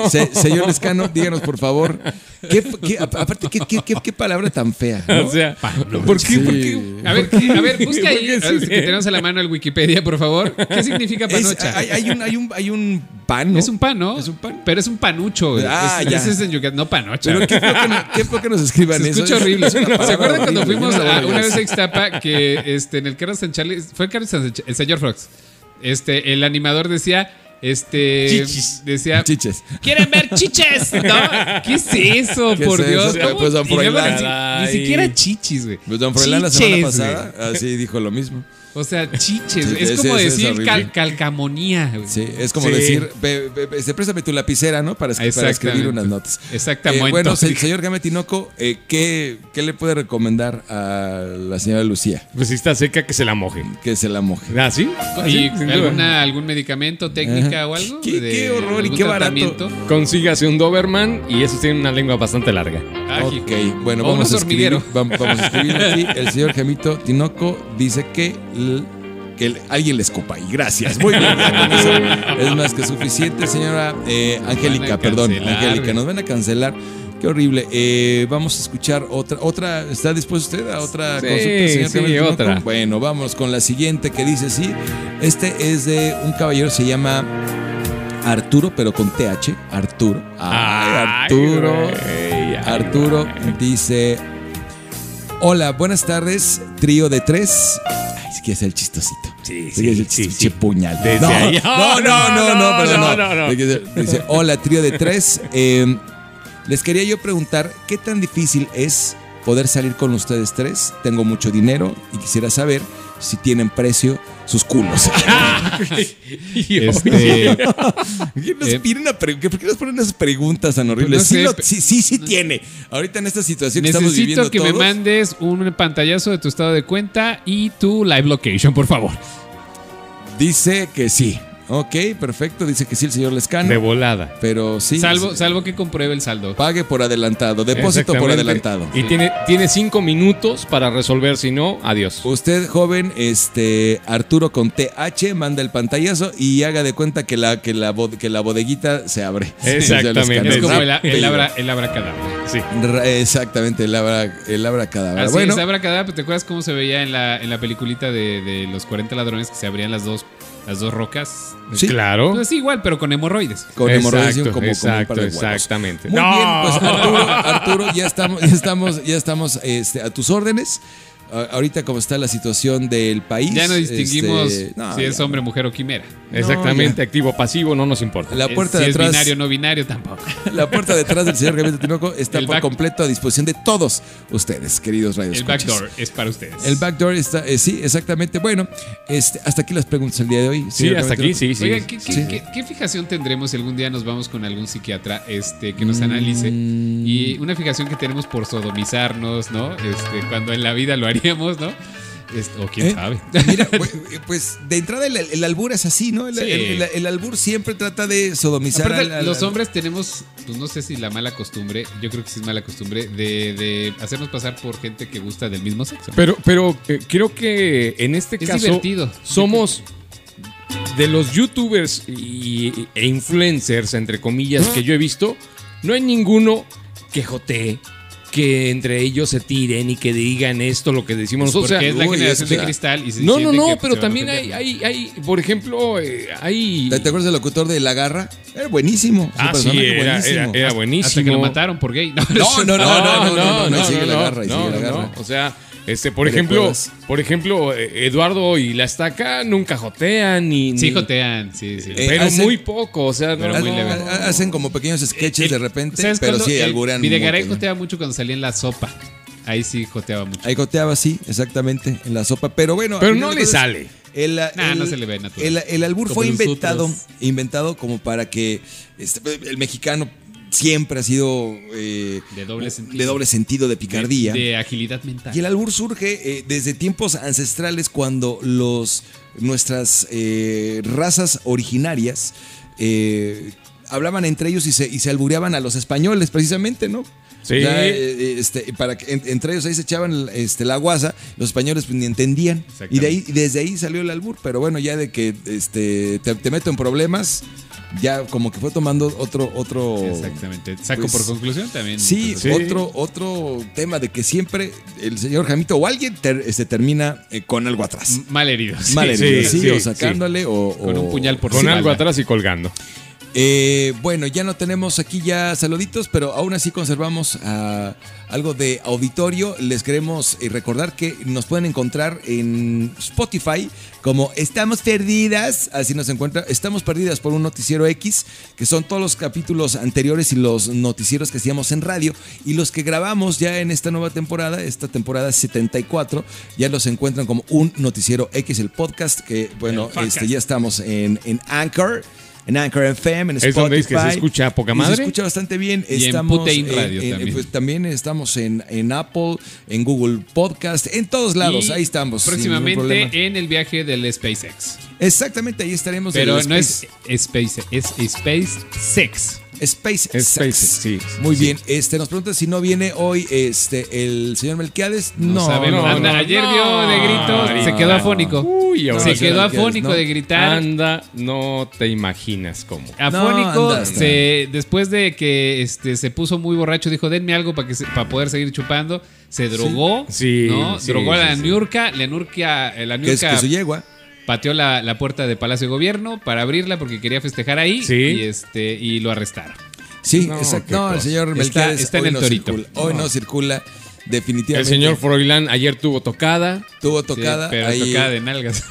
S2: ok. Se- señor Escano, díganos por favor. ¿qué, qué- a- aparte, ¿qué, qué, qué- qué palabra tan fea? ¿no?
S3: o sea,
S2: ¿Por qué?
S3: Sí.
S2: ¿Por qué?
S4: A ver, a ver,
S3: ¿Por
S4: busca ahí.
S3: qué
S4: a ver,
S3: sí?
S4: que tenemos a la mano el Wikipedia, por favor. ¿Qué significa
S2: Es-
S4: panocha?
S2: hay, hay un, hay, un, hay un pan, ¿no?
S4: Es un pan, ¿no?
S2: Es un pan.
S4: Pero es un panucho. güey.
S2: Ah,
S4: es,
S2: ya.
S4: ese es en Yucatán, no panocha.
S2: Pero qué feo que, no- qué feo que nos escriban
S4: se
S2: eso.
S4: escucha
S2: Es-
S4: horrible.
S2: es una
S4: ¿Se
S2: palabra
S4: acuerdan cuando
S2: horrible?
S4: fuimos
S2: Yo no la
S4: a,
S2: voy
S4: una vez
S2: decir.
S4: a Ixtapa que este, en el Carlos San Charles, fue el Carlos San Ch- el señor Frogs, este, el animador decía, este,
S3: Chichis.
S4: decía,
S2: Chiches.
S4: quieren ver chiches, ¿no? ¿Qué es eso,
S2: ¿Qué
S4: por
S2: es
S4: Dios?
S2: eso?
S4: ¿Cómo?
S2: Pues, don
S4: Y luego
S2: Froilán.
S4: ni si-
S3: Caray.
S4: Ni siquiera chichis, güey.
S2: Pues don Froilán la semana
S4: Chiches,
S2: pasada
S4: güey.
S2: así dijo lo mismo.
S4: O sea, chiches.
S2: Sí,
S4: güey. es
S2: ese-
S4: como
S2: ese es
S4: decir cal-
S2: horrible.
S4: calcamonía, güey.
S2: Sí, es como
S3: Sí.
S2: decir, ve, ve, ve, este, préstame tu lapicera, ¿no? Para, escri- para escribir
S4: Exactamente.
S2: unas notas.
S4: Exactamente.
S2: Eh, bueno, se- señor Gametinoco, eh, ¿qué, ¿qué le puede recomendar a la señora Lucía?
S3: pues si está seca, que se la moje.
S2: Que se la moje.
S3: ¿Ah, sí?
S4: ¿Y
S3: Sí, sin duda.
S4: alguna, algún medicamento, técnica
S2: Ajá.
S4: o algo?
S2: Qué-
S4: de-
S2: qué horror y
S4: algún
S2: qué barato.
S4: tratamiento?
S3: Consígase un Doberman y esos tienen una lengua bastante larga.
S4: Ah,
S2: ok,
S4: hijo.
S2: bueno,
S4: O
S2: vamos
S4: unos
S2: a, escribir,
S4: hormiguero.
S2: vam- vamos a escribir aquí. El señor Jamito Tinoco dice que, l- que l- alguien le escupa. Y gracias. Muy bien. ya con eso es más que suficiente, señora eh, Angélica.
S4: a
S2: Perdón,
S4: cancelar,
S2: Angélica.
S4: güey.
S2: Nos van a cancelar. Qué horrible. Eh, vamos a escuchar otra. otra ¿Está dispuesto usted a otra
S3: Sí,
S2: consulta, señor
S3: sí,
S2: Jamito Tinoco?
S3: otra.
S2: Bueno, vamos con la siguiente que dice sí. Este es de un caballero, se llama Arturo, pero con TH. Arturo. Ay, Arturo.
S3: güey, ay.
S2: Arturo dice: Hola, buenas tardes, trío de tres. Ay, es que es el chistosito.
S3: Sí,
S2: Es que es el
S3: sí,
S2: chis-
S3: sí.
S2: pinche puñal.
S3: Desde
S2: no,
S3: ahí.
S2: no, no, no, no, pero no.
S3: no, no.
S2: Es que es el- Dice: Hola, trío de tres. Eh, les quería yo preguntar: ¿qué tan difícil es poder salir con ustedes tres? Tengo mucho dinero y quisiera saber si tienen precio sus culos.
S4: Este,
S2: ¿Por qué nos
S4: Eh, pues
S2: piden una pre- ¿Por qué nos ponen esas preguntas tan horribles?
S4: no sé,
S2: sí, lo-
S4: pe-
S2: sí, sí, sí tiene. Ahorita en esta situación que estamos viviendo
S4: necesito que me
S2: todos,
S4: mandes un pantallazo de tu estado de cuenta y tu live location, por favor.
S2: dice que sí. Ok, perfecto. Dice que sí el señor
S3: De
S2: Lescano.
S3: volada.
S2: Pero sí.
S4: salvo,
S2: sí,
S4: salvo que compruebe el saldo.
S2: Pague por adelantado. Depósito por
S3: Exactamente.
S2: adelantado.
S3: Y tiene, tiene cinco minutos para resolver, si no, adiós.
S2: Usted, joven, este Arturo con TH, manda el pantallazo y haga de cuenta que la, que la, bod- que la bodeguita se abre.
S3: Exactamente.
S2: Sí, el
S4: Es
S2: Lescano.
S4: como el, el,
S2: Rápido.
S4: abra, el abracadabra.
S3: Sí.
S2: Ra- Exactamente, el abra, el abracadabra.
S4: Así
S2: bueno,
S4: es, abracadabra, pero ¿te acuerdas cómo se veía en la, en la peliculita de, de los 40 ladrones que se abrían las dos, las dos rocas?
S2: Sí.
S3: Claro.
S4: Pues igual, pero con hemorroides.
S2: con hemorroides y un
S3: Exacto,
S2: como, como un
S3: exacto,
S2: par de huevos. pues,
S3: exactamente.
S2: Muy bien, pues Arturo, Arturo, ya estamos, ya estamos, ya estamos este, a tus órdenes. a- ahorita como está la situación del país.
S4: Ya no distinguimos
S2: este, no,
S4: si es
S2: ya.
S4: hombre, mujer o quimera.
S3: Exactamente, activo, pasivo, no nos importa.
S2: La
S4: Es-
S2: puerta
S4: si
S2: de atrás.
S4: es binario no binario tampoco.
S2: La puerta detrás del señor Gabriel Tinoco está
S4: El
S2: por
S4: back-
S2: completo a disposición de todos ustedes, queridos radios.
S4: El backdoor es para ustedes.
S2: El backdoor está, eh, sí, exactamente. Bueno, este, hasta aquí las preguntas del día de hoy.
S3: Sí,
S2: señor
S3: hasta
S2: Gabriel
S3: aquí, sí, sí.
S4: Oigan, ¿qué, qué-
S2: Sí.
S4: qué- qué fijación tendremos si algún día nos vamos con algún psiquiatra este, que nos analice?
S2: Mm.
S4: Y una fijación que tenemos por sodomizarnos, ¿no? Este, cuando en la vida lo haríamos, ¿no? Este, o quién
S2: ¿Eh?
S4: sabe.
S2: Mira, pues, pues, de entrada el, el albur es así, ¿no? El,
S4: Sí.
S2: el- el- el albur siempre trata de sodomizar
S4: Aparte,
S2: al- al-
S4: los
S2: al-
S4: hombres tenemos, pues no sé si la mala costumbre, yo creo que sí es mala costumbre, de, de hacernos pasar por gente que gusta del mismo sexo.
S3: Pero, pero eh, creo que en este
S4: Es
S3: caso
S4: divertido.
S3: somos de los youtubers y- e influencers, entre comillas, que yo he visto, no hay ninguno que jotee, que entre ellos se tiren y que digan esto, lo que decimos
S4: Pues, Porque
S3: nosotros. O sea,
S4: es la
S2: uy,
S4: generación
S2: o sea,
S4: de cristal. Y se
S3: no, no,
S4: sienten que
S3: no,
S4: se
S3: pero
S4: van a
S3: también hay,
S4: ofender.
S3: hay, hay, por ejemplo, eh, hay...
S2: ¿Te acuerdas del locutor de La Garra? Era buenísimo.
S3: Ah,
S2: Su
S3: sí,
S2: personaje
S3: era, era,
S2: buenísimo.
S3: era buenísimo.
S4: Hasta que lo mataron por gay. No,
S2: No, no, no, no, no, no, no, no,
S3: no,
S2: ahí sigue la
S3: no,
S2: garra, ahí
S3: no,
S2: sigue la
S3: no,
S2: garra.
S3: O sea, este, por
S2: ¿Te
S3: ejemplo,
S2: acuerdas?
S3: por ejemplo, eh, Eduardo y la estaca nunca jotean ni,
S4: Sí,
S3: ni-
S4: jotean, sí, sí.
S2: Eh,
S3: pero
S2: hacen-
S3: muy poco, o sea, no,
S4: Pero
S2: Ha-
S4: muy
S3: no,
S4: leve. Eh,
S2: ha- Hacen como pequeños sketches de repente,
S4: ¿Sabes
S2: pero
S4: cuándo?
S2: sí,
S4: El
S2: alburean.
S4: Videgaray
S2: muy cañón.
S4: joteaba mucho cuando salía en la sopa. Ahí sí joteaba mucho.
S2: Ahí goteaba, sí, exactamente, en la sopa. Pero bueno.
S3: Pero
S2: al
S3: no
S2: final de
S3: le
S2: cuentas,
S3: sale.
S2: El, ah,
S4: Nah,
S2: el-
S4: no se le ve natural.
S2: El, el albur
S4: Como
S2: fue
S4: nosotros.
S2: inventado, inventado como para que este, el mexicano siempre ha sido eh,
S4: De doble sentido.
S2: de doble sentido, de picardía.
S4: De, de agilidad mental.
S2: Y el albur surge eh, desde tiempos ancestrales cuando los, nuestras eh, razas originarias eh, hablaban entre ellos y se, y se albureaban a los españoles precisamente, ¿no?
S3: Sí.
S2: O sea, eh, eh, este, para que, en- entre ellos ahí se echaban el- este, la guasa, los españoles pues, ni entendían.
S4: Exactamente.
S2: Y de ahí, y desde ahí salió el albur, pero bueno, ya de que este, te, te meto en problemas, ya como que fue tomando otro... otro
S4: Exactamente. Saco
S2: Pues,
S4: por conclusión también.
S2: Sí,
S4: Entonces,
S3: Sí.
S2: Otro, otro tema de que siempre el señor Jamito o alguien ter- este, termina eh, con algo atrás.
S4: m- pues, mal herido. sí.
S2: Mal herido,
S3: sí,
S2: sí,
S3: sí,
S2: o sacándole o,
S4: Con un
S2: o-
S4: puñal por
S3: con
S4: la
S3: algo
S4: espalda.
S3: atrás y colgando.
S2: Eh, bueno, ya no tenemos aquí ya saluditos, pero aún así conservamos ah, algo de auditorio. Les queremos eh, recordar que nos pueden encontrar en Spotify como Estamos Perdidas, así nos encuentra. Estamos Perdidas por un noticiero X, que son todos los capítulos anteriores y los noticieros que hacíamos en radio y los que grabamos ya en esta nueva temporada, esta temporada 74, ya los encuentran como un noticiero X, el podcast que, bueno, este, ya estamos en, en Anchor. En Anchor FM, en
S3: Es donde es que se
S2: Spotify.
S3: escucha a poca
S2: Y
S3: madre.
S2: Se escucha bastante bien.
S4: Y en
S2: estamos
S4: Putein Radio también.
S2: pues, también estamos en, en Apple, en Google Podcast, en todos lados.
S4: Y
S2: ahí estamos. sin ningún problema.
S4: Próximamente en el viaje del SpaceX.
S2: Exactamente, ahí estaremos. en
S4: Pero
S2: el
S4: no
S2: Space-
S4: es Space, es Space Sex.
S2: Space,
S3: SpaceX,
S2: Sex.
S3: sí.
S2: Muy
S3: Sí.
S2: bien. Este, nos pregunta si no viene hoy este, el señor Melquiades. No,
S4: sabemos.
S3: no,
S4: Anda,
S3: no,
S4: ayer
S3: no,
S4: dio de gritos,
S3: ahorita
S4: se quedó
S3: no.
S4: afónico.
S3: Uy, ahora
S4: se
S3: sí.
S4: quedó
S2: Melquiades,
S4: afónico
S2: ¿no?
S4: de gritar.
S3: Anda, no te imaginas cómo.
S4: Afónico,
S2: No, anda,
S4: se- después de que este, se puso muy borracho, dijo, denme algo para para poder seguir chupando. Se drogó,
S3: Sí,
S4: ¿no?
S3: sí,
S4: drogó a la
S3: sí, sí.
S4: Niurka, la Niurka, eh, la
S2: que es
S4: Niurka
S2: que su yegua.
S4: pateó la, la puerta de Palacio de Gobierno para abrirla porque quería festejar ahí
S3: Sí.
S4: y, este, y lo arrestaron.
S2: Sí,
S3: No,
S2: exacto.
S3: qué
S2: No, el
S3: cosa.
S2: señor
S4: Está-
S2: Melquiades
S4: está en
S2: hoy
S4: el
S2: no
S4: torito.
S2: circula. Hoy no. circula
S3: El
S2: definitivamente.
S3: señor Froilán ayer tuvo tocada.
S2: tuvo
S4: Sí,
S2: tocada
S4: pero
S2: ahí,
S4: tocada de nalgas.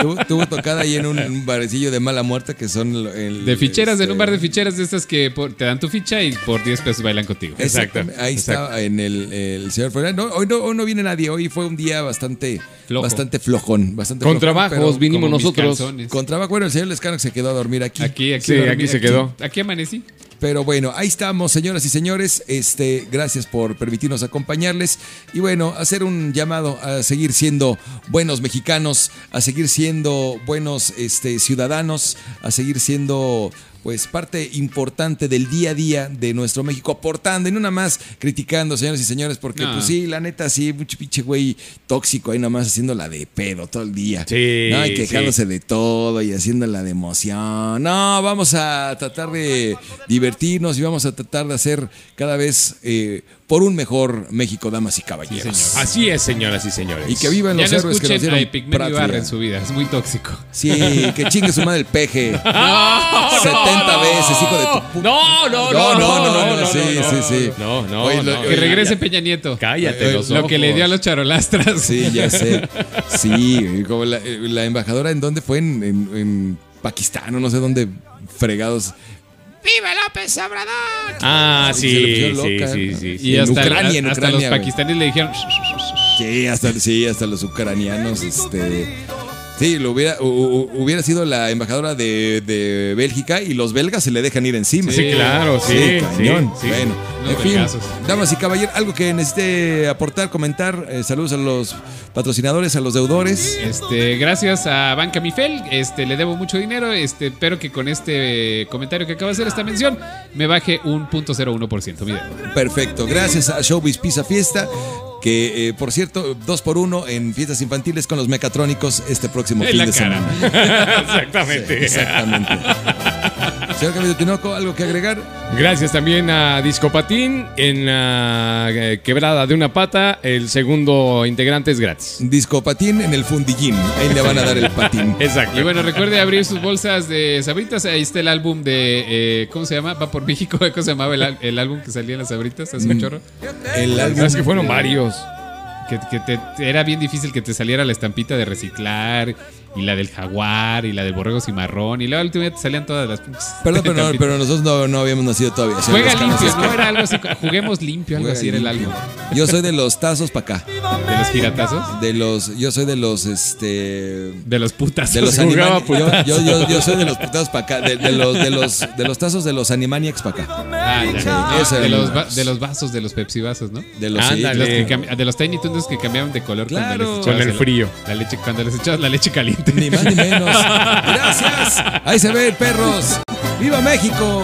S2: tuvo, tuvo tocada ahí en un barecillo de mala muerte que son el- el-
S4: de ficheras,
S2: este,
S4: en un bar de ficheras de estas que por- te dan tu ficha y por 10 pesos bailan contigo.
S2: Exacto.
S3: Exacto,
S2: Ahí está en el, el señor Fernández. No, hoy, no, hoy no viene nadie. Hoy fue un día bastante,
S4: Flojo.
S2: bastante flojón. Bastante
S3: Con
S2: flojón,
S3: trabajos,
S2: pero
S3: vin- vinimos
S4: Como mis
S3: nosotros.
S4: calzones.
S2: Con trabajo. Bueno, el señor Lescano que se quedó a dormir aquí.
S4: Aquí, aquí.
S3: Sí,
S4: dormí,
S3: aquí se quedó.
S4: Aquí amanecí.
S2: Pero bueno, ahí estamos, señoras y señores. Este, gracias por permitirnos acompañarles. Y bueno, hacer un llamado a seguir siendo buenos mexicanos, a seguir siendo buenos este, ciudadanos, a seguir siendo pues parte importante del día a día de nuestro México, aportando y no nada más criticando, señoras y señores, porque
S4: No.
S2: pues sí, la neta, sí, mucho pinche güey tóxico ahí nada más haciendo la de pedo todo el día.
S3: Sí,
S2: No, y
S3: sí.
S2: quejándose de todo y haciendo la de emoción. No, vamos a tratar de divertirnos y vamos a tratar de hacer cada vez eh, por un mejor México, damas y caballeros.
S4: Sí, señor.
S3: Así es, señoras y señores.
S2: y que vivan
S4: Ya
S2: los
S4: no
S2: héroes que nos
S4: escuchen
S2: dieron
S4: a Epigmenio
S2: patria.
S4: Ibarra en su vida, es muy tóxico.
S2: Sí, que chingue su madre el peje. 70 veces, hijo de tu puta.
S3: No, no, no, no, no, no, no,
S2: sí,
S3: no,
S2: sí,
S3: no,
S2: sí.
S3: No, no,
S2: Oye,
S3: no,
S2: lo-
S3: no,
S2: oye,
S4: Que regrese
S3: cállate.
S4: Peña Nieto.
S3: Cállate los
S4: Lo que le dio a los charolastras.
S2: Sí, ya sé. Sí, como la, eh, la embajadora en dónde fue, en, en- en Pakistán o no sé dónde, fregados.
S4: ¡Viva López Obrador!
S3: Ah,
S2: Se le
S3: sí,
S2: pusieron
S3: sí,
S2: loca.
S3: sí, sí.
S4: Y
S2: En
S4: hasta,
S2: Ucrania, en
S4: hasta
S2: Ucrania,
S4: los
S2: güey.
S4: pakistanes le dijeron.
S2: Sí, hasta, sí, hasta los ucranianos. Este, sí, lo hubiera, u- u- hubiera sido la embajadora de, de Bélgica y los belgas se le dejan ir encima.
S3: Sí, claro, sí, sí,
S2: cañón.
S3: sí.
S2: Bueno,
S4: Los
S2: en fin,
S4: belgazos.
S2: damas y caballeros, algo que necesite aportar, comentar. eh, saludos a los patrocinadores, a los deudores.
S4: Este, gracias a Banca Mifel, este, le debo mucho dinero, este, espero que con este comentario que acabo de hacer esta mención me baje un punto cero uno por ciento mi deuda.
S2: Perfecto, gracias a Showbiz Pizza Fiesta, que eh, por cierto, dos por uno en fiestas infantiles con los mecatrónicos este próximo
S4: En
S2: fin
S4: la
S2: de
S4: cara.
S2: semana.
S3: Exactamente.
S2: Exactamente. Señor Camilo Tinoco, ¿algo que agregar?
S3: Gracias también a Discopatín en la eh, quebrada de una pata. El segundo integrante es gratis.
S2: Disco patín en el fundillín. Ahí le van a dar el patín.
S4: Y
S3: Exacto.
S4: bueno, recuerde abrir sus bolsas de sabritas, ahí está el álbum de, eh, ¿cómo se llama? Va por México, ¿cómo se llamaba el, al- el álbum que salía en las sabritas hace un
S2: Mm.
S4: chorro?
S2: El álbum.
S3: Sabes que fueron varios.
S4: Que, que te- te- era bien difícil que te saliera la estampita de reciclar y la del jaguar y la del borrego cimarrón y luego al último día te salían todas las pinches
S2: Perdón, pero, no,
S4: estampitas.
S2: pero nosotros no, no habíamos nacido todavía. señor
S4: Juega
S2: Escanos,
S4: limpio,
S2: es-
S4: ¿no? Era algo así, juguemos limpio, algo
S2: juega
S4: así era el
S2: limpio.
S4: álbum.
S2: Yo soy de los tazos para acá.
S4: De los giratazos,
S2: De los. Yo soy de los este.
S4: de los putas.
S2: De los
S3: Jugaba
S2: animani- yo, yo, yo, yo soy de los putados para acá. De, de los, de, los, de los tazos de los Animaniacs para acá.
S4: Ah, ya,
S2: Sí,
S4: no,
S2: ese
S4: de,
S2: era
S4: los
S2: el-
S4: va- de los vasos, de los Pepsi vasos, ¿no?
S2: De los
S3: Ándale.
S4: De los, que
S2: sí,
S4: cam- de los Tiny Toons que cambiaban de color
S2: Claro.
S4: cuando les
S3: Con
S4: echabas
S3: el frío.
S4: La leche, cuando les echabas la leche caliente.
S2: Ni más ni menos. Gracias. Ahí se ven, perros. ¡Viva México!